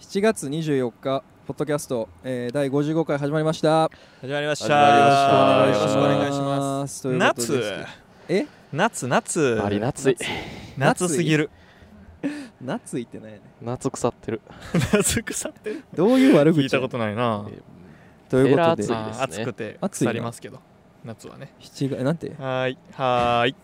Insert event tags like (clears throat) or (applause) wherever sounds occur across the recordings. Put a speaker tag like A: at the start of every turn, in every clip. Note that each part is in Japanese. A: 7月24日ポッドキャスト、えー、第55回始まりました
B: 始まりました。
C: あ
A: よ
C: ー
A: ろ
C: 始まりま
A: しくお
C: した
A: 願
C: よ
A: いしますということです
B: 夏、
A: え
B: 夏、夏、
C: あり夏い
B: 夏すぎる。
A: 夏いってないね
C: 夏腐ってる
B: 夏 (laughs) 腐ってる。
A: どういう悪口
B: 聞いたことないな。
A: ということで
C: えら
B: あー
C: 暑いですね
B: 暑くて
A: 暑いな
B: 腐りますけど、夏はね。
A: 7月なんて
B: はーい、はーい。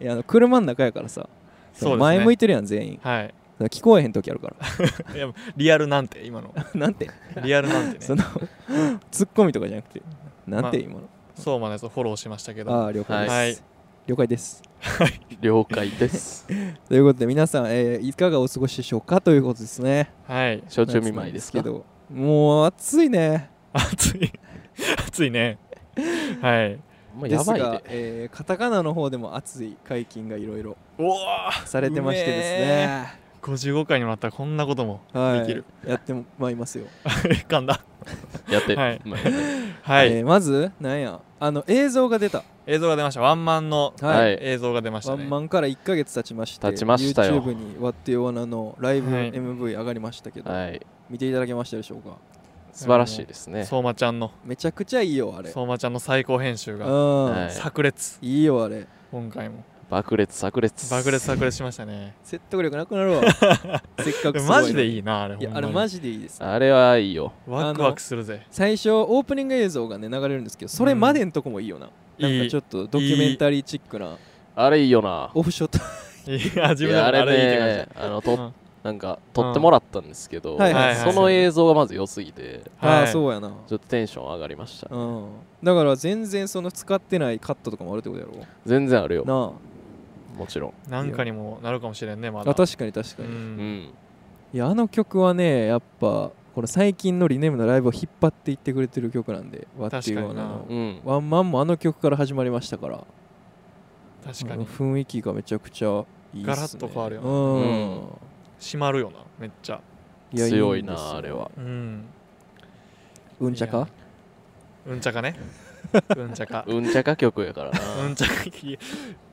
A: いやあの車の中やからさ
B: そうですね。
A: 前向いてるやん全員
B: はい。
A: 聞こえへん時あるから
B: いやリアル (laughs) なんて今の。
A: なんて
B: リアルなん
A: (laughs)
B: て
A: そ
B: ね。
A: のツッコミとかじゃなくてなんて今の、
B: そうまなやつをフォローしましたけど。
A: ああー了解です、
B: はい
A: 了解です
C: 了解です
A: ということで皆さん、えーいかがお過ごしでしょうかということですね
B: はい。
C: 焼酎見舞いですけ
A: 夏
C: ど
A: なんですけどもう暑いね
B: 暑い。 (laughs) 暑いね。はい。
C: まあ
A: で
C: や
A: す
C: ば
A: が
C: いで
A: えーカタカナの方でも熱い解禁がいろいろ
B: うわー
A: されてましてですね、
B: 55回にもなったらこんなことも (laughs)
A: はい、
B: できる。
A: やってまいりますよ、
B: 噛んだ。
C: やって
B: はい
C: まあやって
B: はい、
A: えーまずなんやあの映像が出た、
B: 映像が出ました。ワンマンの
C: は
A: はい
C: い
B: 映像が出ました
A: ワ
B: ね。
A: ンマンから1ヶ月経ちまして
C: 経ちましたよ
A: YouTube に割ってよナのライブ
B: はい
A: MV 上がりましたけど、
C: はい
A: 見ていただけましたでしょうか
C: 素晴らしいですね
B: 相馬ちゃんの
A: めちゃくちゃいいよあれう
B: 相馬ちゃんの最高編集が
A: ん、
C: はい
B: 炸裂
A: い、いよあれ
B: 今回も
C: 爆裂炸裂
B: 爆裂炸裂しましたね
A: 説得力なくなる
C: (laughs)
A: わせっかくすごいのに
B: マジでいいなあれ
A: いやあれマ
B: ジ
A: ジでいいです
C: あれはいいよ
B: ワクワクするぜ
A: 最初オープニング映像がね流れるんですけどそれまでのとこもいいよな、なん
B: い
A: か
B: い
A: ちょっとドキュメンタリーチックな
C: あれいいよな
A: オフショッ
B: (laughs)
A: ト
B: いや自
C: い
B: 分で
C: や
B: も
C: あ
B: あ
C: れ
B: れいいって
C: ねあの
B: 感
C: となんか撮ってもらったんですけど
A: はいはい
B: はい
C: その映像がまず良すぎて
B: じはい
A: ああそうやな
C: ちょっとテンション上がりました
A: うんだから全然その使ってないカットとかもあるってことやろ
C: 全然あるよ
A: な
C: もちろん
B: なんかにもなるかもしれんねま
A: あ
B: だ
A: あ確かに確か
B: う
A: に、
C: うんん
A: いやあの曲はねやっぱこの最近のリネームのライブを引っ張っていってくれてる曲なんでわっていうような
B: 確か
A: の
C: うん
A: ワンマンもあの曲から始まりましたから
B: 確か
A: うん
B: に
A: 雰囲気がめちゃくちゃいいっすね
B: ガラッと変わるよね
A: うん、
B: 閉まるよなめっちゃ
A: や
C: 強い
A: んですよ
C: なあれは
B: うん
A: うんちゃ
B: い
A: か
B: やうんちゃかねうんち
A: (laughs)
B: ゃか
C: うんちゃか曲やからな
B: うんちゃか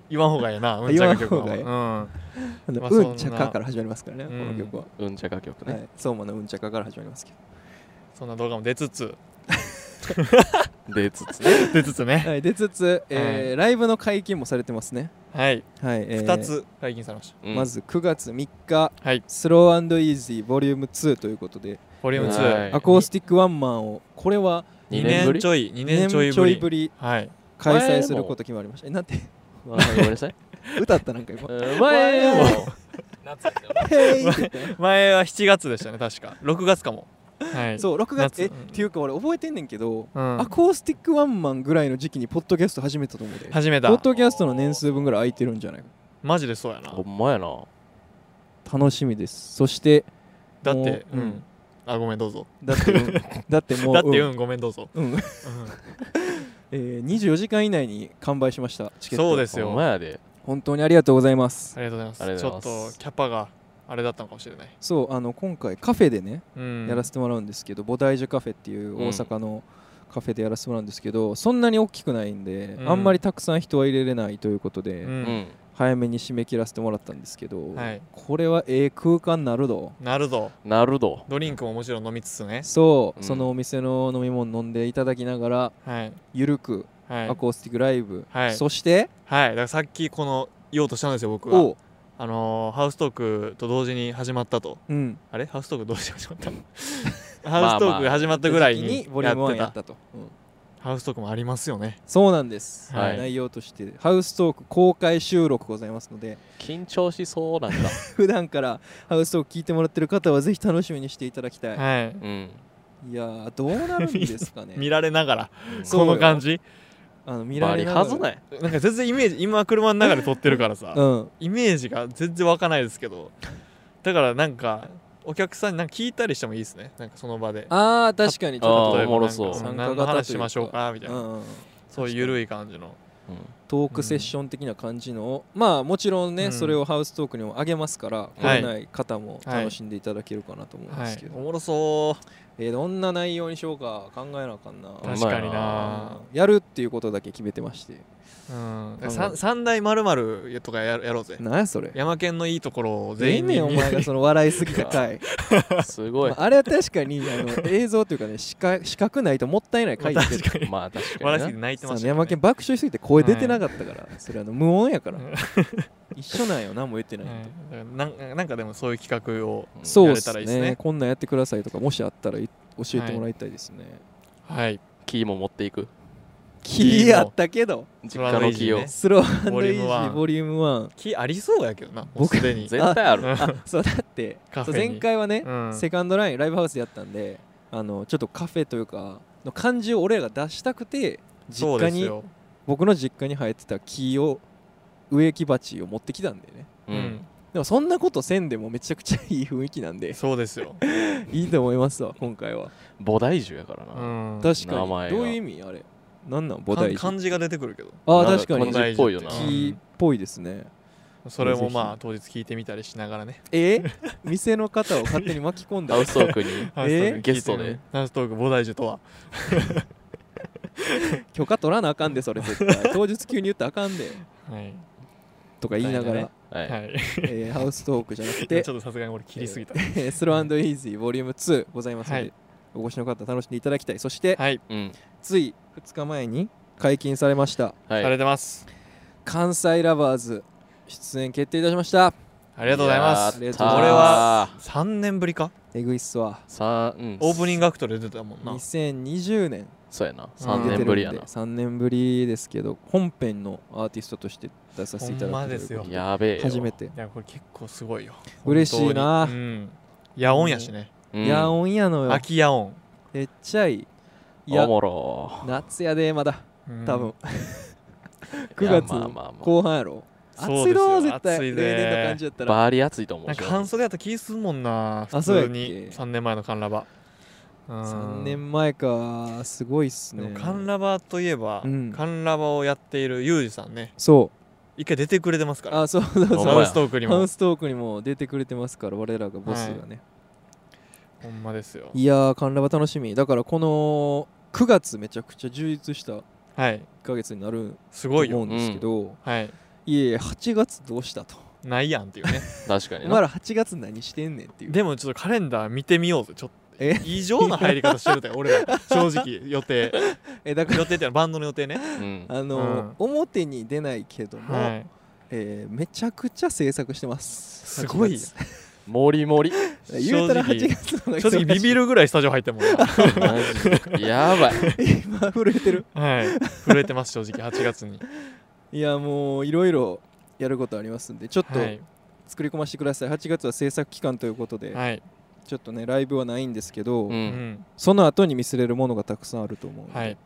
B: 言わんほうがいいなうんちゃか曲は
A: (laughs) 言わんあの
B: まあ
A: うんちゃ
B: そんな
A: かから始まりますからね、
B: うん
A: この曲は、
C: うんちゃか曲
A: は
C: ね
A: い、相馬のうんちゃかから始まりますけ
B: うんそんな動画も出つつ
C: でつつね
B: 出つつね
A: ど、 (laughs) はい、でつつ、えーライブの解禁もされてますね
B: はい
A: はい、えー
B: 2つ解禁されまし
C: うん
A: まず9月3日
B: たはい
A: スローイージーボリューム2ということで、
B: ボリューム
C: は
B: 2
C: い
A: アコースティックワンマンをこれは
C: 二
B: 2
C: 年ぶり
B: 年ちょい2
A: 2
B: 年ちょいぶりはい
A: 開催すること決まりましたえなん
B: (laughs)
A: て
C: あーごめんなさい
A: 歌ったなんか今
C: うん前も
A: 「へい!」って言ったよ
B: 前は7月でしたね確か6月かもはい
A: そう6月
B: 夏
A: えっていうか俺覚えてんねんけど、
B: うん
A: アコースティックワンマンぐらいの時期にポッドキャスト始めたと思うで
B: 始め
A: ポ
B: た
A: ッドキャストの年数分ぐらい空いてるんじゃない
B: マジでそうやな
C: ほんまやな
A: 楽しみですそして
B: だって
A: もう
B: う
A: うん
B: んあごめんどうぞ
A: だって、うん
B: (laughs)
A: だってもう
B: だってう
A: うん
B: んごめんどうぞ
A: うんえー、24時間以内に完売しましたチケット
B: そうです
C: ほん
B: よ
C: ま
B: あ
C: やで
A: 本当にありがとうございます
B: りがとうございま
C: あり
B: す
C: が
B: ち
C: とう
B: ょっ
C: ございます
B: とキャパがあれだったのかもしれない
A: そうあの今回カフェでね
B: うん
A: やらせてもらうんですけど、菩提樹カフェっていう大阪のカフェでやらせてもらうんですけど、そんなに大きくないんで、
B: うん
A: あんまりたくさん人は入れれないということで、
B: う
C: うんん
A: 早めに締め切らせてもらったんですけど、
B: はい
A: これはええ空間なるど
B: なるぞ
C: なるど
B: ドリンクももちろん飲みつつね
A: そう、
C: うん
A: そのお店の飲み物飲んでいただきながら
B: はい
A: ゆるく
B: はい
A: アコースティックライブ、
B: はい
A: そして
B: はいだからさっきこの言おうとしたんですよ僕は
A: お
B: あのーハウストークと同時に始まったと
A: う、うん、
B: あれハウストークどうして始まった
A: (laughs)
B: ハウストークが始まったぐらい
A: 時
B: に
A: 期ボリュ
B: や
A: ーム
B: っ
A: 1
B: て
A: や
B: た
A: ったと、うん
B: ハウストークもありますよね
A: そうなんです、
B: はい
A: 内容としてハウストーク公開収録ございますので (laughs)
C: 緊張しそうなんか
A: 普段からハウストーク聞いてもらってる方はぜひ楽しみにしていただきたい、
B: はい
C: うん
A: い、やーどうなるんです
B: (laughs)
A: かね
B: 見られながら
A: そう
B: こ
A: よ
B: の感じ
A: あの見ら
C: バ
A: れ
C: リ
A: なが
C: は
A: ら
C: ずない
B: なんか全然イメージ今車の中で撮ってるからさ、
A: うん
B: イメージが全然湧かないですけどだからなんかお客さんになんか聞いたりしてもいいですねなんかその場で
A: ああ確かにちょ
C: あ
A: っ
C: ー
B: 例えば
C: おもろそう
B: なんか
A: 参加型
B: 何の話しましょうかみた
A: と、
B: いうな、
A: んうん、
B: そういう緩い感じの
A: トークセッション的な感じの、まあもちろんね、
B: うん
A: それをハウストークにも上げますから来
B: はい
A: れない方も楽しんでいただけるかなと思うんで
B: は
A: すけ
B: い
A: ど、
B: おもろそ
A: えーどんな内容にしようか考えなあかんな
B: う確
C: 確
B: かにな
A: やるっていうことだけ決めてまして
B: うん
A: 考え
B: さん三大まるまるとかややろうぜ
A: なんやそれ
B: 山県のいいところを
A: 全
B: 全
A: 員
B: 員
A: ね
B: に
A: んお前がその笑いすぎた
B: (laughs)
A: 回
C: すご
A: (laughs)
C: い
A: まああれは確かにあの映像というかね視
B: (laughs)
A: 覚視覚ないともったいない回で
B: 確か
A: すけど
B: に
C: まあ確
B: (laughs)
C: か
B: 笑い
C: に
B: すぎ
C: な
B: て泣いて
A: そ
B: ま
A: う
B: し
A: ね
B: た
A: 山県爆笑しすぎて声出てなかったから、それあの無音
B: (laughs)
A: やから
B: うん
A: 一緒なんよ何も言ってない、
B: うんだからなんなんかでもそういう企画を
C: うん
A: そうです
B: や
A: ね
B: れたらいいっすね
A: こんなんやってくださいとかもしあったらい教えてもらいたいです
B: (laughs)
A: ね、
B: はい
C: キーも持っていく
A: キーやったけど
C: 実家のキー
A: (laughs)
C: を
A: スロー
B: ボ
A: イ
B: リ
A: ー
B: ュ
A: ジ
B: ーム
A: ー
B: 1
A: ボリューム1
B: 木ありそうやけどなもう
A: 僕
B: すでに
C: 絶対ある
A: あそうだって
B: カフ
A: そう
B: ェに
A: 前回はね、
B: うん
A: セカンドラインライブハウスやったんであのちょっとカフェというかの感じを俺らが出したくて実
B: そう
A: 家
B: です
A: に
B: よ
A: 僕の実家に生えてた木を植木鉢を持ってきたんでね
C: う
B: うんん
A: でもそんなことせんでもめちゃくちゃいい雰囲気なん
B: (laughs)
A: で
B: そうですよ
A: いいと思いますわ今回は
C: 菩提樹やから
B: う
C: なん
A: 確か
C: 名
A: に
C: 前が
A: どういう意味あれなんなん菩
B: か
A: 提
B: ん
A: 寺
B: 漢字が出てくるけど
A: ああ
C: なん
A: 確かに
C: 漢字っぽいよな
B: 漢字
A: 木っぽいですね
B: それもまあ当日聞いてみたりしながらね
A: え店の方を勝手に巻き込んだ
C: ハウストークに
A: えー
B: (laughs) ハウストーク聞いてみる
C: ゲストで
B: ハウストーク菩提樹とは
A: (laughs) 許可取らなあかんでそれ絶対当日急に言ったらあかんで
B: はい
A: とか言いながら、
B: 答
C: はい、
B: はい
A: えーハウストークじゃなく
B: で
A: て
B: (laughs) ちょっとさすがに俺切りすぎた
A: えースローイージーボリューム2ございますので、
B: はい
A: お越しの方楽しんでいただきたいそして、
B: はい
C: うん
A: つい2日前に解禁されました
C: はい
B: されてます
A: 関西ラバーズ出演決定いたしました
B: ありがとうございます
A: いやーありがと
B: うございます
C: 俺
B: 3
C: は
B: 年ぶりか
A: えぐいっすわ
C: さうん
B: オープニングアクトで出てたもんな
A: 2020年
C: そうやな
A: に出てるん
C: 3年
A: で
C: ぶりやな
A: 3年ぶりですけど本編のアーティストとして出させていただ
B: ほ
A: くと
B: んま
A: い
B: で
A: う
B: すよ
A: こと
C: やべえよ
A: 初めて
B: いやこれ結構すごいよ
A: 嬉しいな
B: 本当にうん夜音やしね
C: うん
A: いやオンやのよ
B: 秋夜音
A: めっちゃいいい
C: お
A: や
C: もろ
A: 夏やでまだ
B: うん
A: 多
C: (laughs)
A: 分
C: い
A: 9
C: や
A: 月
C: まあまあまあ
A: 後半やろ
B: そ
A: 暑
B: うで
A: い
B: すよ
A: ろ絶対
B: 暑い
A: 例
B: で
A: 年の感じやったら
C: バーリ暑いと思う
B: なんか半袖やった気すんもんな普
A: あそうやっ
B: 通
A: け
B: に3年前のカンラバうん
A: 3年前かすごいっす
B: で
A: ね
B: もカンラバといえば、
A: うん
B: カンラバをやっているユージさんね
A: そ
B: 一回出てくれてます
A: う
B: から
A: あそうそう
C: お
A: そう
C: 前
B: ハウストークに
A: ハ
B: も
A: ウストークにも出てくれてますから我らがボスがね、
B: ほんまですよ
A: い、やーカンラバ楽しみだからこの9月めちゃくちゃ充実した1
B: はい
A: ヶ月になる
B: す
A: と
B: ごい
A: 思う
B: よ
A: んですけど
B: はい
A: いえいえ8月どうしたと
B: ないやんっていう
A: (laughs)
B: ね
C: 確かに
A: お
C: な
A: 前ら8月何してんねんっていう
B: でもちょっとカレンダー見てみようぜちょっと
A: え
B: 異常な入り方してるで俺
A: (laughs)
B: ら正直予定
A: えだから
B: 予定ってのはバンドの予定ね
C: うん
A: あのー表に出ないけども、
B: はい
A: えーめちゃくちゃ制作してます
B: すごい
A: 8
C: もりもり
A: 月 (laughs) 言うたら
B: 正直
A: 8月の方が忙しい
B: 正直ビビるぐらいスタジオ入ってんもんな
C: マジでやばい
A: (laughs) 今震えてる
B: はい震えてます正直8月に
A: いやもういろいろやることありますんでちょっと
B: はい
A: 作り込ませてください8月は制作期間ということで、
B: はい
A: ちょっとねライブはないんですけど、
C: う
B: うんん
A: その後に見せれるものがたくさんあると思うので、
B: はい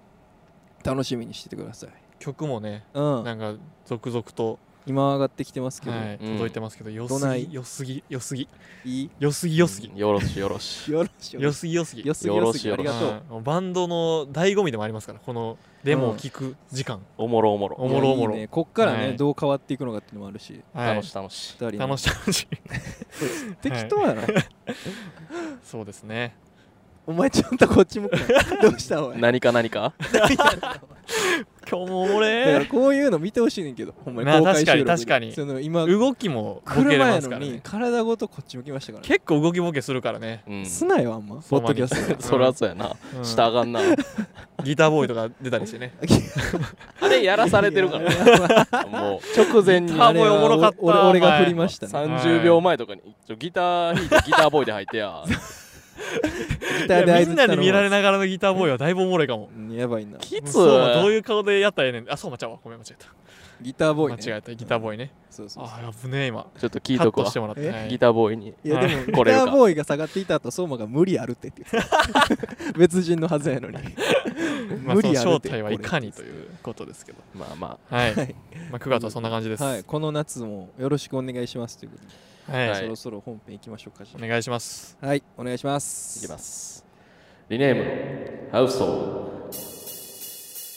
A: 楽しみにしててください、
B: 曲もね
A: うん、
B: なんか続々と
A: 今上がってきてますけど、
B: はい
C: うん
B: 届いてますけどよ
A: どな
B: す
A: い
B: ぎよすぎよすぎ
A: いい
B: よすぎよすぎ
C: よろしよ
B: (laughs)
C: ろし
A: よろし
B: よすぎよすぎ
A: よすぎよすぎあ
C: よろし
A: りがとう、
B: うんバンドの醍醐味でもありますからこのデモを聴く時間
C: おもろおもろ
B: おもろおも
A: いやい
B: ろ
A: いねこっからね、
B: はい
A: どう変わっていくのかっていうのもあるし
B: はい
C: 楽し楽し
A: 2人の
B: 楽しい楽しい
A: 適当やな、
B: (laughs) そうですね
A: (laughs) お前ちょっとこっち向く
B: (laughs)
A: などうしたおい
C: 何か何か
B: 今日もおも
A: だか (laughs)
B: れ
A: らこういうの見てほしいねんけどほんまに
B: な
A: 公開収録で
B: 確かに確
A: その今
B: 動きもボケれ
A: 車
B: ま
A: や
B: す
A: の
B: から
A: に
B: ね
A: 体ごとこっち向きましたからね
B: 結構動きボケ (laughs) するからね
C: うん
A: すなよあんまポッドキャス
B: (laughs)
A: トで
C: そらそうやな
B: うん
C: 下がん
B: (laughs)
C: な
B: ギターボーイとか出たりし
A: (laughs)
B: てね
C: あれやらされてるからもう直前に
B: あもうおもろかった
A: 俺俺が振りましたね
C: 30秒前とかにちょギター弾いてギターボーイで入っ
B: (laughs)
C: てや
A: ギ
B: い
A: ターで合
B: やみ
A: 図
B: ん
A: し
B: な
A: た
B: に
A: の
B: 見られ
A: も
B: ながらのギターボーイはだいぶおもろいかも
A: うんやばいな
C: きつ
B: そうまどういう顔でやったらええねんあそうまちゃうわごめん間違えた
A: ギターボーイね
B: 間違えたギターボーイね
A: そうそう
B: ああぶねえ今
C: ちょっと聞い
B: カッ
C: とく
B: ト
C: わ
B: してもらって
A: え
B: はい
C: ギターボーイに
A: いやでもギ
C: はい
A: タ
B: (laughs)
C: 来れるか
A: ーボーイが下がっていた後相馬が無理あるってって言って
B: (laughs)
A: た別人のはずやのに
B: まあ、
A: 無
B: そ
A: 理
B: の
A: やる
B: 正
A: って
B: 体はいかにと
A: これ
B: いうことですけど、
C: まあま
B: はい
A: はい
B: まあ、9月はそんな感じです。
A: はい、この夏もよろしくお願いしますということで、
B: はい
C: はい
A: そろそろ本編行きましょうかじゃ
B: お願いします。
A: あはいお願いしま
C: あ
A: す
C: いきますリネームハウストーク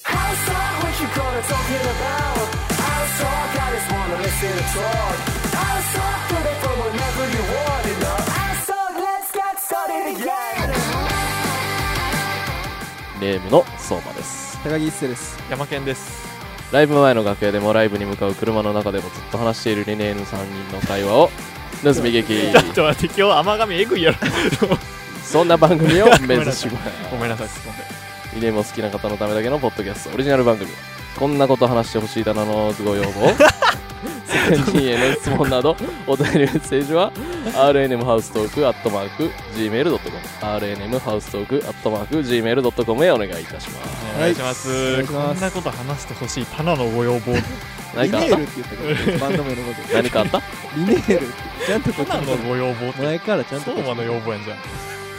D: I saw what you gonna talking about. I saw I just wanna listen to talk. I saw put it from whenever you want it now. I saw let's get started again.
C: ネームの相馬です
A: 高木一生です
B: 山県です。
C: ライブ前の楽屋でもライブに向かう車の中でもずっと話しているリネーヌ3人の会話を盗
A: (laughs)
C: み劇
B: ちょっと待って今日甘髪エグいやろ
C: そんな番組を
A: (laughs)
C: 目指します
B: ごめんなさいすいません
C: リネーも好きな方のためだけのポッドキャストオリジナル番組こんなこと話してほしいだなの
A: (laughs)
C: ご要望3人への質問などお便りメッセージは RNM ハウストークアットマーク Gmail.com RNM ハウストークアットマーク Gmail.com へお願いいたします
B: お願いします,、
A: お願いします
B: こんなこと話してほしいタナのご要望
C: 何
A: リネ
C: か
A: ール
C: あった
A: って言ったからバンド名のこと
C: 何か
A: (laughs)
C: あった
A: リネールってちゃんとこっ
B: タ
A: ち
B: ナのご要望
A: (laughs)
B: って
A: 前からちゃんと
B: 相
A: こっち
B: 馬の要望やんじゃ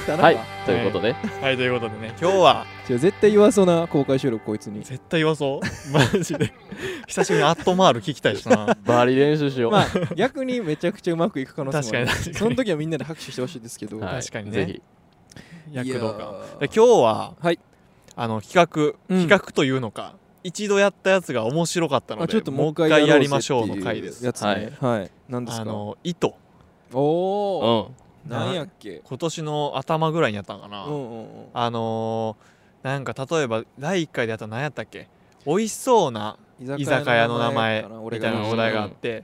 A: 頼むわ
C: はいということで、
B: んはいということでね今日は
A: 違う絶対言わそうな公開収録こいつに
B: 絶対言わそうマジ
A: (laughs)
B: で久しぶりにアットマール聞きたいしな
C: バリ練習しよう、
A: まあ逆にめちゃくちゃうまくいく可能性
B: 確
A: も
B: か
A: あ
B: に
A: る
B: 確かに
A: その時はみんなで拍手してほしいですけど、
C: はい
B: 確かにね
C: ぜひ
B: 躍動
A: い
B: 感
A: やー
B: で今日は、
A: はい
B: あの企画、
A: うん
B: 企画というのか一度やったやつが面白かったの
A: あ
B: で
A: ちょっともう一回
B: や
A: ろ
B: り
A: ぜ
B: ましょ
A: っ
B: う
A: てい
B: の回です
A: やつねはい、何です
B: あ
A: か
B: の糸
A: お
C: う
A: お
C: ん
A: ー、なんやっけ
B: 今年の頭ぐらいにやったんかな、
A: うんうんうん
B: あのー、なんか例えば第1回でやったら何やったっけ美味しそうな居酒屋の名前
A: かな
B: み
A: 俺が
B: たいな
C: 名
B: お
C: 前
B: 題があって、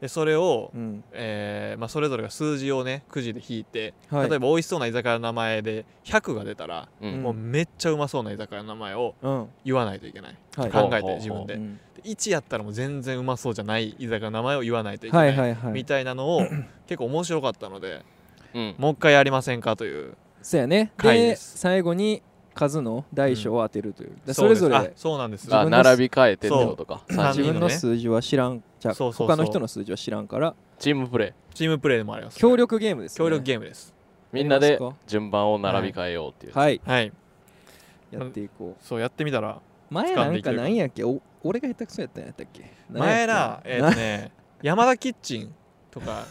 B: でそれを、
A: うん
B: えーまあ、それぞれが数字をねくじで引いて、
A: はい
B: 例えば美味しそうな居酒屋の名前で100が出たら、
C: うん
B: もうめっちゃうまそうな居酒屋の名前を
A: うん
B: 言わないといけない、
A: はい
B: 考え
C: ほうほうほ
B: て
C: う
B: 自分で
A: うん
B: で1やったらもう全然うまそうじゃない居酒屋の名前を言わないといけな,、
A: はいいはいは
B: み
A: い
B: たいな
A: (clears throat)
B: のを結構面白かったので
C: うん
B: もう一回やりませんかという
A: そうやね
B: 回
A: で
B: です
A: 最後に数の大小を当てるという、で
B: う
A: そ
B: で
A: れ
B: す
A: ぞ
B: あ
A: れ
B: そうなんです
A: あ
C: あ
A: 自分の
C: 並び替えてってことか
B: そう
C: 三
A: 自
C: 人
A: 分
B: の
A: の
B: ね
A: 数字は知らんじゃあ
B: そうそうそう
A: 他の人の数字は知らんから
C: チームプレー
B: チームプレーでもあります
A: 協力ゲームですね
B: 協力ゲームです
C: みんなで
A: やります
C: 順番を並び替えようっていう、
A: はい
B: はい
A: やっていこ
B: そうやってみたら
A: う前
B: 掴
A: なん
B: で
A: ん
B: いけ
A: か
B: る
A: なんやっけお俺が下手くそやったんやったっけなんやっけ (laughs)
B: 前らえっ、とね山田キッチンとか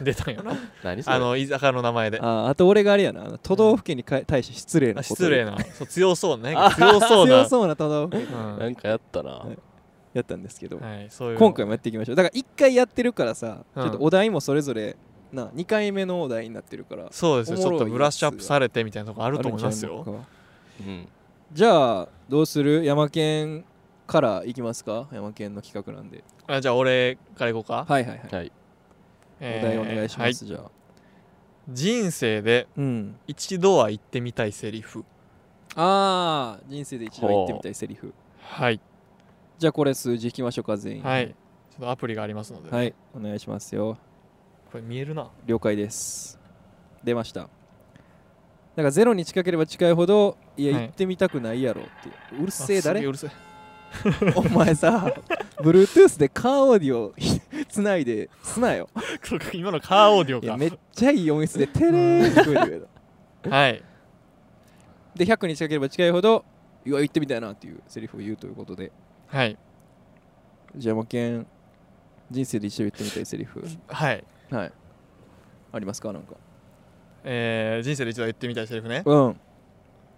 B: 出た
A: (laughs)
B: んよな
C: 何それ
B: あの居酒屋の名前で
A: あーあと俺があれやなあの都道府県にか対して失礼な
B: あ
A: こと
B: 失礼なそう強そ
A: (laughs)
B: うね
C: あ
B: 強そうな
A: 強そうな都道府県
B: うん
C: なんかやったな、
A: いやったんですけど、
B: はい、そういう
A: 今回もやっていきましょうだから1回やってるからさ、
B: うん
A: ちょっとお題もそれぞれな2回目のお題になってるから
B: そうですよ
A: お
B: ち
A: もろ
B: ょ
A: い
B: っとブラッシュアップされてみたいなとこあ
A: あ
B: ると思います
A: るん
B: よ
A: ちゃいま
C: うん、
A: すかじゃあどうする山県からいきますか山県の企画なんで
B: あじゃあ俺からいこうか、
A: はいはいはい、
C: はい
B: え
A: お題お願いし
B: は
A: ます、じゃあ
B: 人生で
A: うん
B: 一度は言ってみたいセリフ
A: ああ人生で一度言ってみたいセリフ
B: はい
A: じゃあこれ数字いきましょうか全員
B: はいちょっとアプリがありますので、
A: はいお願いしますよ
B: これ見えるな
A: 了解です出ましただからゼロに近ければ近いほどいや
B: はい
A: 行ってみたくないやろって、うるせえ
B: あすげ
A: 誰
B: うるせえ
A: (laughs) お前さ Bluetooth でカーオーディオ (laughs) つないですなよ
B: そうか (laughs) 今のカーオーディ
A: いや
B: オ
A: めっちゃいい音質でテレーって聞こえてくる
B: かはい
A: けどで100に近ければ近いほどいや行ってみたいなっていうセリフを言うということで
B: はい
A: じゃあ魔剣人生で一度言ってみたいセリ
B: (laughs)
A: フ
B: はい
A: はいありますかなんか
B: えー、人生で一度は言ってみたいセリフね
A: うん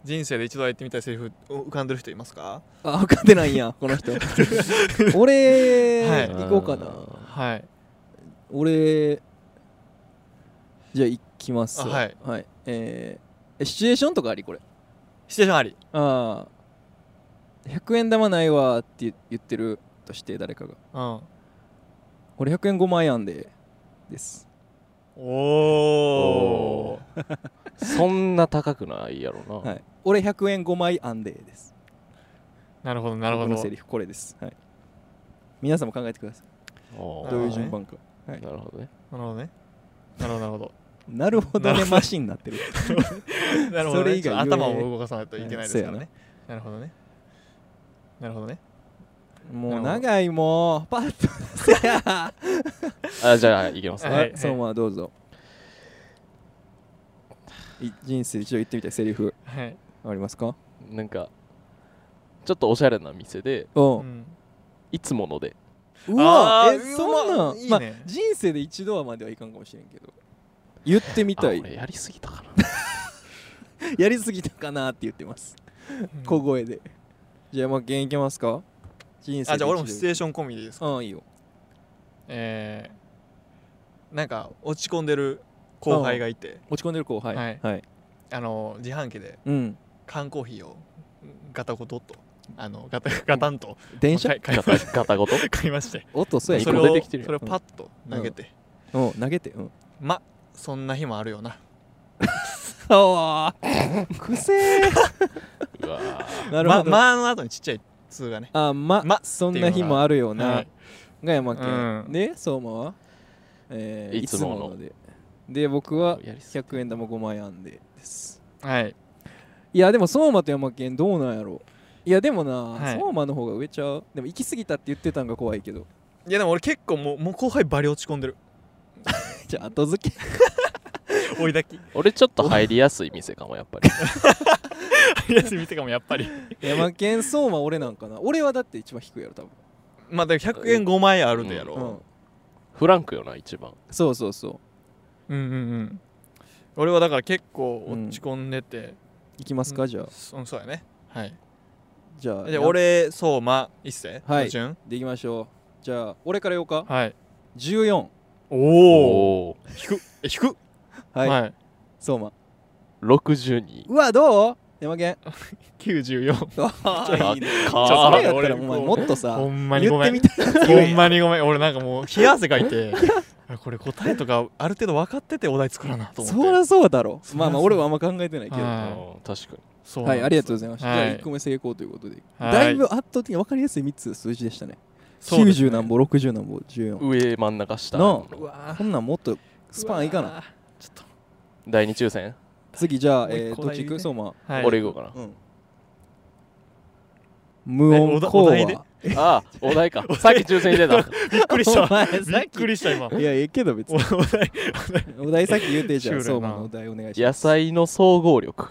B: 人生で一度は言ってみたいセリフう浮かんでる人いますか
A: あ分かってないんやこの
B: (laughs)
A: 人俺、
B: はい
A: 行こうかな
B: はい
A: 俺じゃあ行きます
B: あはい、
A: えーえシチュエーションとかありこれ
B: シチュエーションあり
A: ああ100円玉ないわーって言ってるとして誰かが
B: うん
A: 俺100円5枚やんでです
B: お
C: お
B: お
C: ー (laughs) そんな高くないやろな、
A: はい俺100円5枚あんでです
B: なるほどなるほ
A: 僕の
B: ど
A: セリフこれですはい皆さんも考えてください
C: おー
A: どういう
B: じ
A: 順番かはい
C: なるほどね
B: なるほどね。なるほど、なるほど。
A: なるほどねマシンになってる
B: (laughs) なるほど、
A: それ
B: ね。
A: 以
B: ちょっ
A: 外
B: と
A: 言え
B: 頭を動かさないといけないですから
A: うん
B: ね。なるほどね。なるほどね。
A: (laughs) もう
B: なるほど
A: 長いもうパッと出せや
C: あじゃあいきますね、
B: は
A: (laughs) はいい、そうまあどうぞ。い人生一度言ってみたいセリフ
B: はい。
A: ありますか？
C: なんかちょっとおしゃれな店で
A: うん
B: う。ん
C: いつもので
A: うわ
B: あー
A: えそん
B: うわ
A: なん
B: いいね
A: まあ人生で一度はまではいかんかもしれんけど言ってみ
C: あ
A: た
C: 俺
A: い
C: やりすぎたかな
A: やりすぎたかなって言ってます小声でじゃあまあ現いけますか人生
B: あ、じゃあ俺もシチュエ
A: 礼
B: ーション込みでいいですか。
A: うんいいよ
B: えー、なんか落ち込んでる後輩がいて、
A: 落ち込んでる子はい
B: はい
A: はい
B: あの、自販機で
A: うん
B: 缶コーヒーをガタゴトっとあのガタガタンと
A: 電車
B: 買い買い
C: ガタ (laughs) ガタごと
B: 買いまして
A: 音そうや
B: そ
A: 一
B: れ
A: 個
B: を
A: 出てきてる
B: それをパッと投げて、
A: うん投げてうん
B: まそんな日もあるよな
A: ああくせえ
C: うわー
A: なるほど、
B: ま、まあの後にちっちゃい「通がね
A: あま
B: ま
A: そんな日もあるよな、
B: はい
A: が山県、
B: うん
A: で相馬は、えーい
C: い
A: つ
C: つ
A: も
C: もの
A: のでで僕は
C: やりすぎ
A: 100円玉5枚あんでです
B: はい
A: いやでも相馬と山県どうなんやろいやでもな、
B: はい
A: 相馬の方が上ちゃうでも行き過ぎたって言ってたんが怖いけど
B: いやでも俺結構もうもう後輩バリ落ち込んでる (laughs)
A: じゃあ後付け
B: 追い抱き
C: 俺ちょっと入りやすい店かもやっぱり
B: 休みとかもやっぱり
A: 山県相馬俺なんかな俺はだって一番低いやろ多分
B: まあだから100円5枚あるでやろ、
A: うん
C: フランクよな一番
A: そうそうそう
B: うんうんうん俺はだから結構落ち込んでて、
A: 行きますか、じゃあ
B: そそうやねはい
A: じゃあ
B: で
A: や
B: 俺相馬一世
A: はい
B: 打順
A: でいきましょうじゃあ俺から言おうか
B: はい
A: 14
B: おお
C: おお
B: 引くえ引く
A: はい、
B: はい、
A: 相馬
C: 62
A: うわどう山
B: (laughs)
A: 県
B: 94
A: あ
C: あ
A: あいいね
C: か
B: ちょ
A: それ
B: っと
A: やったら
B: 俺
A: お前もっとさ
B: ほんまに
A: 言
B: ご
A: っ
B: め
A: て
B: ん
A: みたい
B: ほんまにごめん俺なんかもう冷や汗かいてあこれ答えとかある程度分かっててお題作らなと思って
A: そりゃそうだろ
B: そらそう
A: まあまあ俺はあんま考えてないけど
B: は
C: うん確かに
B: そう
A: はいありがとうご
B: う
A: ざいました
B: はい
A: じゃあ1個目成功ということで
B: はい
A: だいぶ圧倒的に分かりやすい3つ数字でしたね
B: そうですね
A: 90何ぼ60何ぼ14
C: 上真ん中下
A: なあ
B: うわ
A: こんなんもっとスパンいいかな
B: ちょっ
C: 第二抽選、
A: 次じゃあ
B: もう一
A: えー
B: 個
A: どっち行く
B: だけ
A: 相馬
B: と、はい、
C: 俺行こうか
A: うん無
B: え
A: 音
B: おだ
A: 講
B: お
A: 話
B: 題で
C: なああお題
A: (laughs)
C: かさっき抽選してた
B: びっくりし
A: お
B: た
A: 前さっき
B: びっくりした今
A: いやええけど別
B: おお
A: に
B: 題お題
A: お題さっき言うてじゃあ
B: (laughs) シュ
A: 相
B: ールやな
A: 馬のお題お願いしま
C: 野
A: す
C: 菜の総合力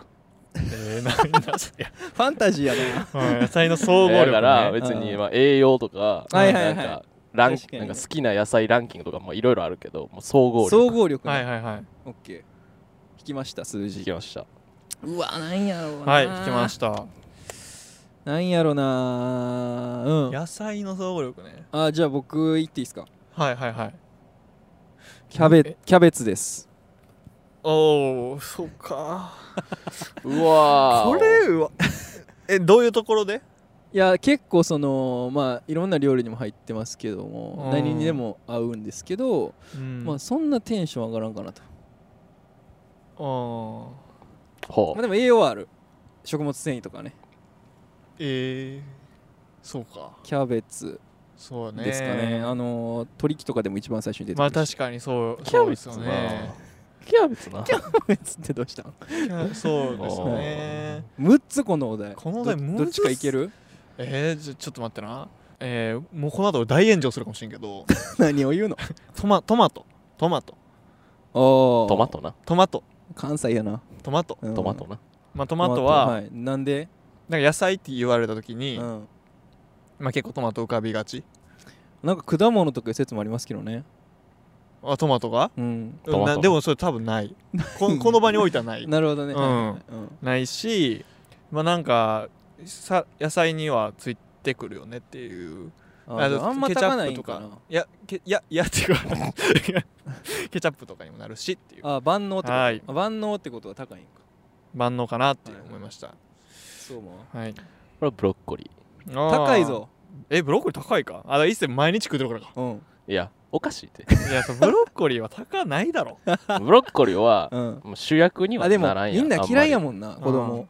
B: えー、なんだそりゃ
A: ファンタジーやな
B: うん野菜の総合力、ね、
C: だから別に
A: うん
C: まあ栄養とか
A: はいはいはい
C: なんかラン
A: 確かに
C: なんか好きな野菜ランキングとかもいろいろあるけどもう総合力
A: 総合力
B: はい
A: ね
B: はいはい
A: オッケー引きました数
C: 聞
A: 字
C: きました
A: うわなんやろう
B: はい聞きました
A: たなんやろなうん
B: 野菜の総合力ね
A: あじゃあ僕言っていいですか
B: はいはいはい
A: キャベ
B: え
A: キャベツです
B: おおそうか
C: うわー
B: これはえどういうところで
A: いや結構そのまあいろんな料理にも入ってますけども、
B: うん
A: 何にでも合うんですけど、
B: うん
A: まあそんなテンション上がらんかなと、
B: あ
C: ほ
A: まあ、でも栄養はある食物繊維とかね
B: えー、そうか
A: キャベツ
B: そうね
A: ですかねあのー鶏気とかでも一番最初に出てく
B: ま
A: る
B: あ確かにそう
C: キ
B: そ
C: ャ
B: うで
C: ベ
B: す
C: ツ
B: よ
C: な
B: ね
C: キャベツな
A: キャベツってどうしたの
B: キャそうですよね
A: 6つこのお題
B: このお題
A: ど
B: むず
A: ど
B: っ
A: っちかいける (laughs)
B: えー、じゃちょっと待ってなえー、もうこの後大炎上するかもしれんけど
A: 何を言うの
B: トマトマトトマト
A: お
C: トマ
A: ト
C: トな
B: トマト
A: 関西やな、
B: トマト
A: うん
C: トマトな
B: まあト
A: ト
B: マトは、
A: いなんで、
B: なんか野菜って言われた時に、
A: うん、
B: まあ結構トマト浮かびがち
A: なんか果物とかいう説もありますけどね
B: あトマトが
A: うん
C: トマト
B: なでもそれ多分 (laughs) ないここの場に置いたらない
A: なるほどね、
B: うん
A: はいはいはいうん
B: ないしまあなんかさ野菜にはついてくるよねっていう
A: あーあんま
B: ケ
A: 炊
B: チャ
A: かな
B: ップ
A: い
B: と
A: ん
B: か
A: かない
B: やけいやいやっていうか (laughs) ケチャップとかにもなるしっていう
A: あー万能ってこと、
B: はい
A: あ万能ってことは高いんか
B: 万能かなって思いました、
A: そう思う
B: はい
C: これはブロッコリ
A: 高いぞ
B: えブロッコリー高いかあだから一世毎日食ってるからか
A: うん
C: ーいやおかしいって
B: いやそうブロッコリーは高ないだろ
C: ブロッコリーは
A: うん
C: もう主役には
A: あで
C: な
A: も
C: らんや
A: みんな嫌いや
C: んあんま
A: もんな
B: あん
A: 子
B: まりう
A: 供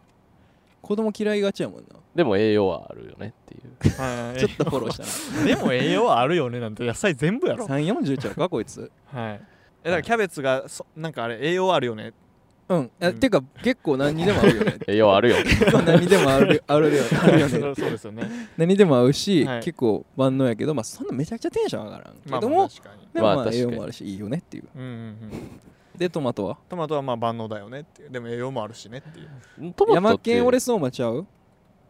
A: 子供嫌いがちやもんな
C: りでも栄養はあるよねっていう
B: はい
A: ちょっとフォローしたな
B: でも栄養はあるよねなんて野菜全部やろはい
A: 340ちゃうかこいつ
B: えだからキャベツがそなんかあれ栄養ある
A: (laughs)
B: よね
A: うん
B: う
A: あ
B: ん
A: てか結構何にでも合うよ
B: (laughs)
A: ね
C: 栄養はあるよ
A: 何にでも合うよあるよあるよ
B: そ (laughs)
A: ね
B: うそうですよね
A: 何にでも合うし
B: はい
A: 結構万能やけどまあそんなめちゃくちゃテンション上がらんけ
B: まあ
A: ど
B: まあ
A: も
B: 確かに
A: でも
C: ま
A: ま
C: あ
A: あ
C: 確か
A: 栄
C: に
A: 養もあるしいいよねっていう
B: うんうんうん
A: でトマトは
B: トマトはまあ万能だよねっていうでも栄養もあるしねっていう
C: トマト
A: 山
C: って
A: 県俺相馬ちゃう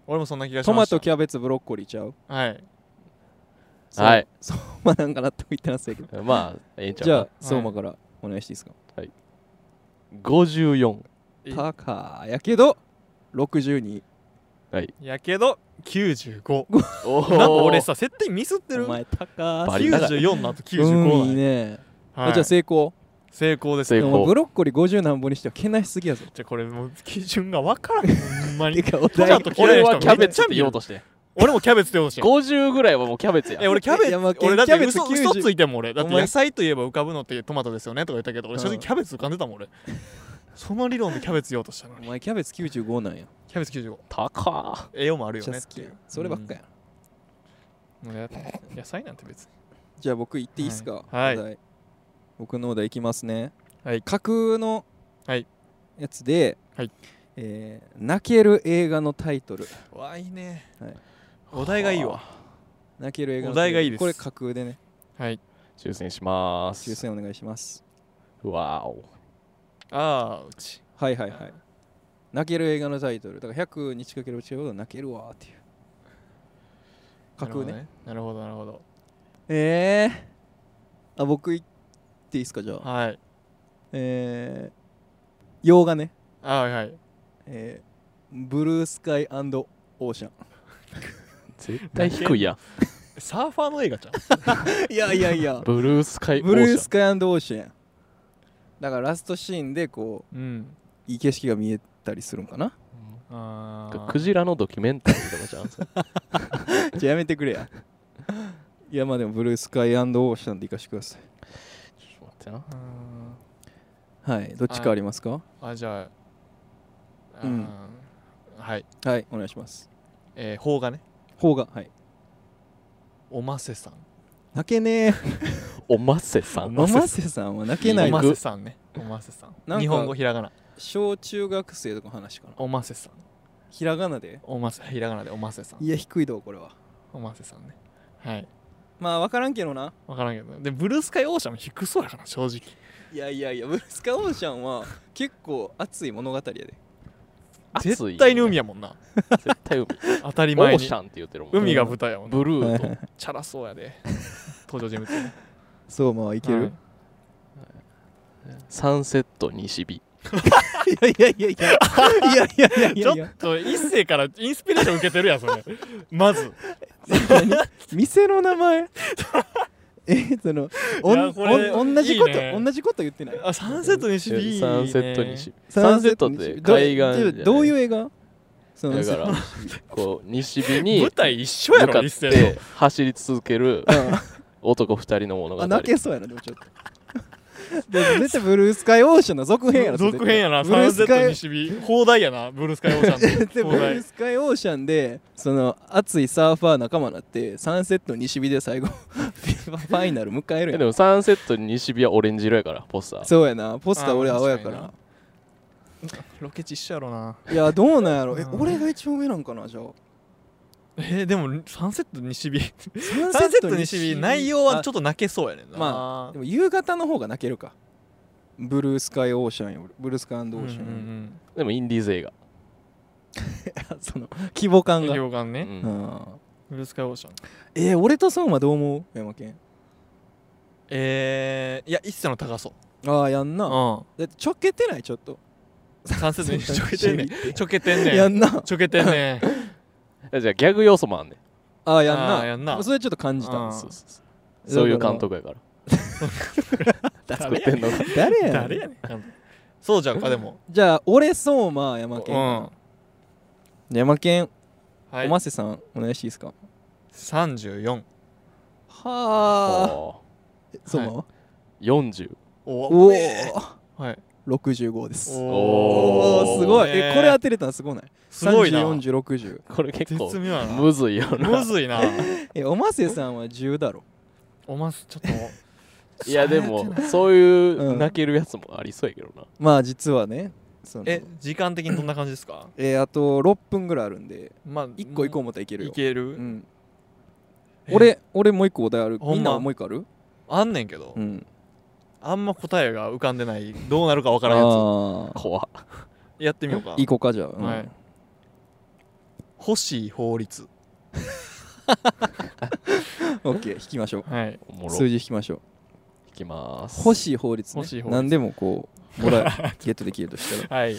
B: 俺もそんな気がし
A: ト
B: ま
A: マ
B: した
A: トキャベツブロッコリーちゃう
B: はい
A: そう
C: はい
A: 相馬なんか納得いってなさいけど
C: まあええんちゃう
A: じゃあ
B: い
A: 相馬からお願いしていいですか
C: 54
B: い
A: 高やけど62
B: やけど95
A: (laughs)
C: おお
B: なんか俺さ設定ミスって
A: お
B: る
A: 前高
C: バリ高い
B: 94の後95
A: うん
B: ない
A: いね
B: はい
A: じゃあ成功
B: 成功です
C: 成
B: よ
A: でも
C: 功
A: ブロッコリー50何本にしてはけなしすぎやぞ
B: じゃあこれもう基準が分
A: (laughs)
B: からんほんま
A: て
B: に
A: かお
B: ちょ
A: 題
B: っと嫌
C: 俺
B: いな人
C: はキャベツって言おうとして
B: 俺もキャベツってほしい
C: 50ぐらいはもうキャベツや
B: え俺キャベ
A: い
B: ツ
A: やまあ
B: 俺だっ
A: キャ
B: て
A: ベツ
B: 嘘
A: 90
B: 嘘ついてんもん俺だって
A: お前
B: 野菜といえば浮かぶのってトマトですよねとか言ったけど俺正直キャベツ浮かんでたもん俺その理論でキャベツ言おうとしたの
A: お
B: に
A: 前キャベツ95なんや
B: キャベツ95
C: 高
B: 栄養もあるよ
A: じゃあ
B: ねっ
A: 好
B: て
A: き
B: い
A: や
B: うん
A: そればっかや、
B: もうや野菜なんて別に
A: じゃあ僕言っていいっすか、
B: はい
A: お題僕のお題いきますね、
B: はい
A: 架空の
B: はい
A: やつで、
B: はい
A: えー泣ける映画のタイトル
B: わあいいね、
A: はい
B: お題がいいわ
A: 泣ける映画の
B: お題がいいです
A: これ架空でね
B: はい
C: 抽選しま
A: 抽
C: す
A: 選お願いします
C: わお
B: ああうち
A: はいはいはい泣ける映画のタイトルだから100に近ければ近いほど泣けるわーっていう架空ね
B: なるほどねなるほどなるほ
A: えー、あ僕言っていいっすかじゃ
B: ど
A: あ
B: はい
A: えー、洋画ね
B: ああはい
A: えー、ブルースカイオーシャン
C: 絶対低いやん
B: サーファーの映画じゃん
A: いやいやいや
C: ブルースカイオーシャ
A: ブ
C: ン
A: ルースカイオーシャンだからラストシーンでこう
B: うん
A: いい景色が見えたりするんかな
B: あー
C: クジラのドキュメンタリーとか
A: (laughs)
C: じゃんそれ
A: じゃあやめてくれやいやまあでもブルースカイオーシャンで行かしてください
C: ちょっと待ってな
B: うん
A: はいどっちかありますか
B: あじゃあ
A: うん
B: あーはい
A: はいお願いします
B: えー、邦画ね
A: 方がはい
B: おませさん
A: 泣けねえ
C: おませさん
A: ママセさんは泣けな
B: お
A: い
B: ませさんねおませさ
A: なん
B: ん
A: か
B: 日本語ひらがな
A: 小中学生とかの話かな
B: おませさん
A: ひらがなで
B: おませひらがなでおませさん
A: いや低いどこれは
B: おませさんねはい
A: まあ分からんけどな
B: わからんけどでブルースカイオーシャンも低そうやから正直
A: いやいやいやブルースカイオーシャンは結構熱い物語やで
C: 熱い
B: 絶対に海やもんな
C: 絶対海
B: 当たり
C: オ
B: 前
C: ー
B: に
C: シャンって言ってるもん
B: 海が舞台やもんな
C: ブルー
A: はいは
C: と
A: い
B: チャラそうやで登場人物い
A: (laughs) そうまあいける、
C: サンセット西日
A: いやいやいやいやいやいやい
B: ち
A: や
B: ょ
A: いや
B: っと一世からインスピレーション受けてるやんそれまず
A: 店の名前 (laughs) えそのお
B: い
A: ん
B: やこれ
A: おん同じこと
B: いいね
A: 同じこと言ってない
B: あサンセット西日いいね
C: サンセット西日サ
A: サ
C: ン
A: ン
C: セ
A: セッ
C: ット
A: ト
C: って
A: ど
C: 海岸じゃ
A: どどういうう映画その
C: だからこう西日に
B: 舞
C: 向
B: 台一緒や
C: か
B: ろ
C: っ
B: 一世の
C: て走り続ける
B: (laughs)
A: うん
C: 男二人の物語
A: あ泣けそうやなでもちょっとでも絶対ブルースカイオーシャンの続編やなそれ
B: 続編やな
A: ブル
B: サ
A: ー
B: ンセ
A: ス
B: ット
A: カイ
B: 西日放題やなブルースカイオーシャン
A: で
B: の
A: ブ
B: 放
A: ル
B: 題
A: ースカイオーシャンでその熱いサーファー仲間になってサンセット西日で最後 (laughs) ファイナル迎える
C: え
A: や
C: で
A: ん
C: もサンセット西日はオレンジ色やからポスター
A: そうやなポスター俺
B: あー
A: 青やか
B: 確からロケ地一緒やろない
A: やどうなんやろえ
B: うん
A: 俺が一番上なんかなじゃあ
B: えー、でもサンセット西日
A: サ
B: サンセット西日内容はちょ
A: っ
B: っと泣けそうやねんな
A: まあでも夕方の方が泣けるかブルースカイオーシャンよりブルースカイオ
B: うんうん
A: ーシャンより、
C: でもインディーズ映画
A: (laughs) その規模
B: う
A: 感
B: ん
A: が、
B: 洋館
C: う
B: ね
A: うんん、
B: ブルースカイオーシャン
A: えー、俺と相馬どう思う山県
B: えー、いや一世の高そう
A: ああやんな、
B: う
A: だってちょけてないちょっと、
B: んサンセット西日ちょけて
A: (laughs)
B: んねん (laughs) ちょけてん
A: や
B: ねん
A: んな
B: ちょけてんねん
C: えじゃあギャグ要素もあんねん
A: ああやんな
B: あーやんな
A: それちょっと感じた
B: うん
C: そうそうそうそういう監督やから作ってんのが
A: 誰やねん
B: 誰やねんそうじゃんかでも
A: じゃあ俺相馬山
B: う
A: 県、
B: んは
A: 山県、お
B: い
A: ませさんお願いしていいですか
B: 34
A: はあ
C: あ
A: 相馬は、
C: ー40
B: お
A: おお
B: はい
A: 65ですお
C: お
A: おーすごい、
B: ね
A: えこれ当てれたのすごない
B: すごいな
A: 304060
C: これ結構
B: 絶妙やな
C: むずいよな
B: むずいな
A: えおませさんは10だろ
B: おませちょっと
C: いやで
B: 冴え
C: も
B: てない
C: そういううん泣けるやつもありそうやけどな
A: まあ実はねその
B: え時間的にどんな感じですか
A: えーあと6分ぐらいあるんで
B: まあ
A: 1個1個思ったらいけるよ
B: いけ
A: う
B: る、
A: ん、俺俺もう一個お題ある
B: ほんま
A: みんなはもう一個ある
B: あんねんけど、
A: うん
B: あんま答えが浮かんでないどうなるかわからんや
A: ああ
C: 怖っ
B: つやってみようか
A: 行こうかじゃあ、うん
B: はい欲しい法律
A: オッケー引きましょ
B: はい、
C: おも
A: う
C: ろ
A: 数
C: い
A: 字引きましょう
C: きます
A: 欲しい法律、ね、
B: 欲しい法律
A: 何でもこうもらえゲットできるとしたら
B: はい、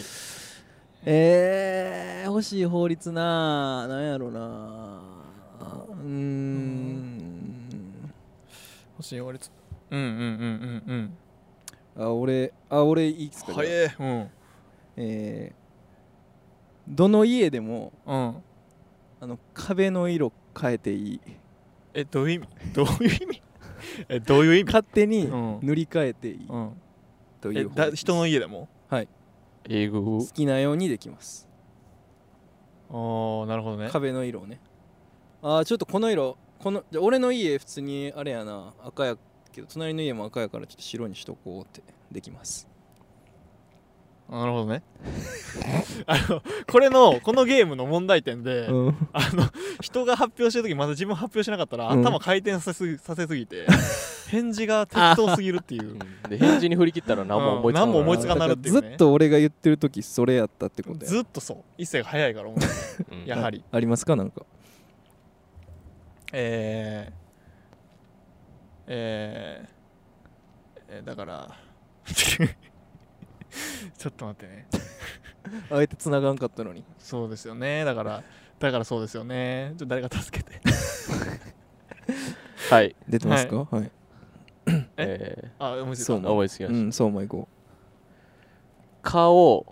A: えー、欲しい法律ななんやろなうーん
B: 欲しい法律うんうんうんうんうん
A: あ俺あ俺いいっすかじゃあ
B: 早えうん
A: えーどの家でも
B: うん
A: あの壁の色変えていい
B: えどういう意味 (laughs) どういう意味えどういう意味
A: 勝手に
B: うん
A: 塗り替えていい
B: うん
A: とい
B: え
A: う方法
B: だ
A: です
B: 人の家でも
C: 英語
A: 好きなようにできます
B: ああなるほどね
A: 壁の色をねあーちょっとこの色このじゃあ俺の家普通にあれやな赤やけど隣の家も赤やからちょっと白にしとこうってできます
B: なるほどね (laughs) あのこれのこのゲームの問題点で、
A: うん
B: あの人が発表してる時まだ自分発表しなかったら、
A: うん
B: 頭回転させすぎさせす
A: (laughs)
B: ぎて返事が適当すぎるっていう
C: で返事に振り切ったら何も思
B: うん
C: いつかない、
B: 何も思いつかんなるっていうね
A: ずっと俺が言ってる時それやったってことや
B: ずっとそう一世が早いから思う
C: うん
B: やはり
A: ありますかなんか
B: えー、えー、えーだから (laughs) ちょっと待ってね
A: あえて繋がんかったのに
B: そうですよねだからだからそうですよねちょっと誰か助けて
C: はい
A: 出てますかはい、
C: え
B: あ思いついた
A: そう
C: ー、思いつきま
A: う
C: した、
A: んそうまいこ
C: 蚊を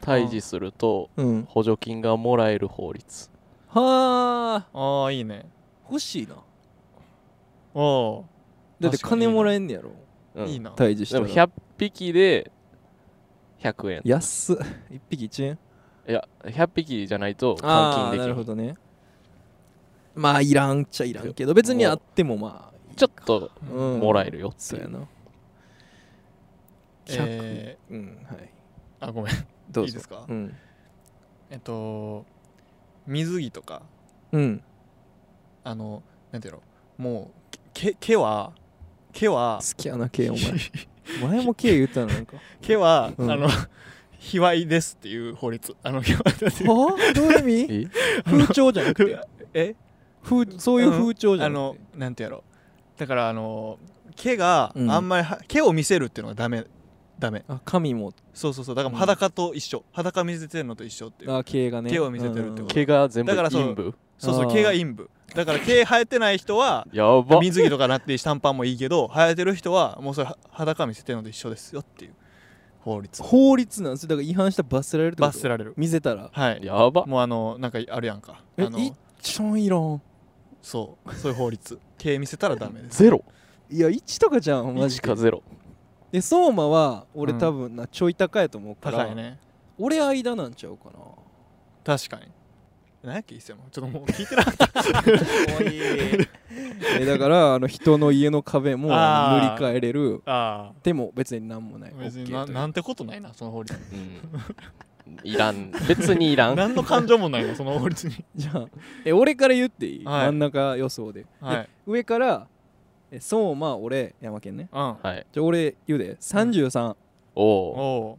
C: 退治すると
A: ううん
C: 補助金がもらえる法律
A: はあ
B: ああいいね
A: 欲しいな
B: おお
A: だって金もらえんねやろ
C: うん
B: いいな
A: 退治し
C: で
A: た
C: も
A: ら
C: 100匹で100円
A: 安っ一匹一円
C: いや100匹じゃないと換
A: あ
C: 金
A: あ
C: でき
A: な
C: る
A: るほどねまあいらんっちゃいらんけど別にあってもまあ
C: ちょっと
A: うん
C: もらえるよって
A: そう
C: いう、
A: やな100
B: え
A: うんはい
B: ー、あごめん
A: どうぞ
B: いいですか
A: うん
B: えっと水着とか
A: うん
B: あのなんていうのもうけ毛は毛は
A: 好きやな K お (laughs) 前前も K 言ったのなん (laughs) かは
B: 毛は、
A: うん
B: あの (laughs) 卑猥ですっていう法律あの毛 (laughs) はだって
A: あどういう意味
C: え
A: 風潮じゃなくて
B: え
A: 風そういう風潮じ
B: あ
A: ゃな
B: の
A: くて
B: なんてやろうだからあの毛が
A: うん
B: あんまりは、毛を見せるっていうのがダメダメ
A: あ髪も
B: そうそうそうだからも
A: うん
B: う裸と一緒、裸見せてるのと一緒っていう
A: あ K がね
B: 毛を見せてるってこと
C: 毛が全部
B: だからそう
C: 陰部
B: そうそ
A: あ
B: う
A: ー
B: 毛が陰部だから毛生えてない人は
C: やば
B: 水着とかなっていいし短パンもいいけど生えてる人はもうそれは裸見せてるのと一緒ですよっていう法律
A: 法律なんですよだから違反したら罰せられるってこと
B: 罰せられる
A: 見せたら
B: はい
C: やば
B: もうあのなんかあるやんか
A: え
B: あの
A: いっちょんいらん
B: そうそういう法律毛見せたらダメです
C: ゼロ
A: いや1とかじゃんマジ
C: 1
A: で
C: かゼロ
A: で相馬は俺
B: うん
A: 多分なちょい高いと思うから
B: 高いね
A: 俺間なんちゃうかな
B: 確かに何やっけ一世もちょっともう聞いてなかった
A: (laughs) えだからあの人の家の壁もあの
B: あー
A: 塗り替えれる
B: (laughs) (laughs) あ
A: でも別に何もない
B: あ別に
A: OK
B: な
A: という
B: なんてことないなその法律
C: うんいらん別にいらん
B: 何の感情もないなその法律に
A: じゃあえ俺から言っていい、
B: はい
A: 真ん中予想で,で、
B: (laughs) はい
A: 上からえ相馬俺山県ね
B: うん (laughs) お
C: はい
A: じゃあ俺言うで33、
C: おお
B: お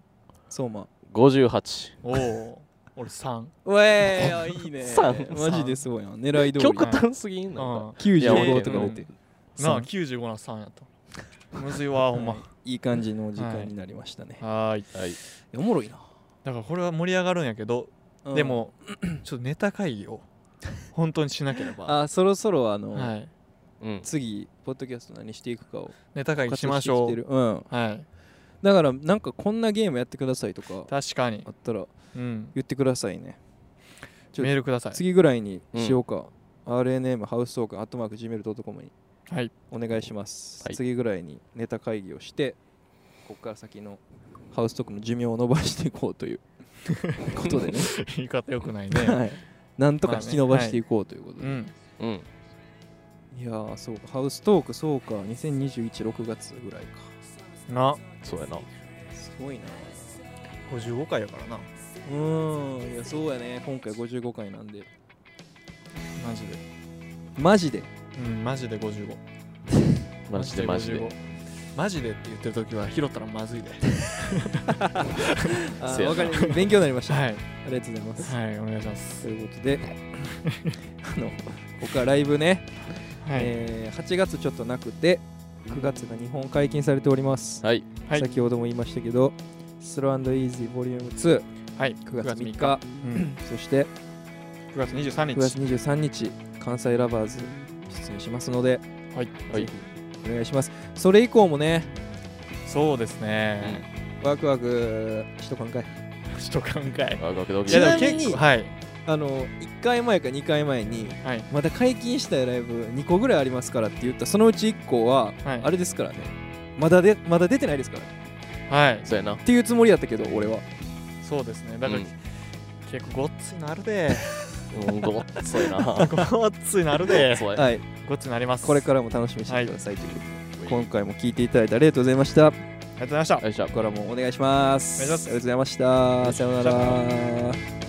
A: 相馬
C: 58
B: うおお俺3
A: うえーあいいね
C: 三
A: (laughs) マジですごいな狙い通り
C: 極端すぎんなんかいや
A: 95
C: 俺
A: とか出て
B: なあ
A: 三
B: 95の3やとむずいわほんま
A: いい感じの時間になりましたね、
B: はーい
C: はい
A: いやおもろいな、
B: だからこれは盛り上がるんやけど
A: うん
B: でも (clears throat) ちょっとネタ会議を本当にしなければ
A: あそろそろあの、
B: はい
C: うん
A: 次ポッドキャスト何していくかを
B: ネタ会議しまし
A: 活用
B: ょ
A: てき
B: う
A: てるうん、
B: はい
A: だからなんかこんなゲームやってくださいとか
B: 確かに
A: あったら
B: うん
A: 言ってくださいねちょ
B: メールください
A: 次ぐらいにしようか、RNM ハウストークアットマーク Gmail.com に
B: はい
A: お願いします、
C: はい
A: 次ぐらいにネタ会議をしてここから先のハウストークの寿命を伸ばしていこうということでね、
B: (laughs) 言い方よくない (laughs) ね。
A: はい、なんとか引き伸ばしていこうということで、
B: うん。
C: うん
A: いやーそうかハウストークそうか20216月ぐらいか
B: な、
C: そうやな
A: すごいな
B: 55回やからな。
A: うーんいやそうやね今回55回なんで
B: マジで。
A: マジで
B: うん、マジで55。
C: マジでマジで
B: 55。マジでって言ってる時は拾ったらまずいで。
A: あー
C: せや
A: わ
C: な
A: かり勉強になりました、
B: (laughs) はい。
A: ありがとうございます、
B: はい、お願いします。
A: ということで (laughs) あの僕はライブね、
B: はい。
A: えー8月ちょっとなくて9月が日本解禁されております、
C: はい
B: はい
A: 先ほども言いましたけどスローイージーボリューム2、
B: はい。
A: 9
B: 9
A: 月
B: 月
A: 3
B: 3
A: 日
B: 日。 (laughs) うん。
A: そして
B: 9月23
A: 9月
B: 日。
A: 23日関西ラバーズ出演しますので
B: はい。
C: はい
A: お願いしますそれ以降もね
B: そうですね、
A: ワクワクしとかんかい
B: ちょっと考え
C: ワクワクドキ
A: ち
C: ドキ
A: なみに
B: 構はい
A: あの1回前か2回前に
B: はい
A: また解禁したいライブ2個ぐらいありますからって言ったそのうち1個は、
B: はい
A: あれですからねまだでまだ出てないですからっ
B: はい
C: そうやな
A: ていうつもりやったけど俺は
B: そうですねだから、
C: うん
B: 結構ごっついのある (laughs) で
C: うんごっつ
A: (laughs)
C: いな
B: ごっついのあるで
C: (laughs) そうや
A: はい
B: ごっついのあります
A: これ
B: ら
A: からも楽しみにしてくださいということで、今回も聞いていただいてありがとうございましたこ
B: ありがとうございました
C: よいしょ
A: れからもお願いします
B: お願いし
A: ありが
B: ます
A: とうございましたさような
B: さ
A: ら